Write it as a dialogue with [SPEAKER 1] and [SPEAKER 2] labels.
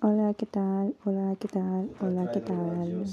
[SPEAKER 1] Hola, ¿qué tal? Hola, ¿qué tal? Hola, ¿qué tal?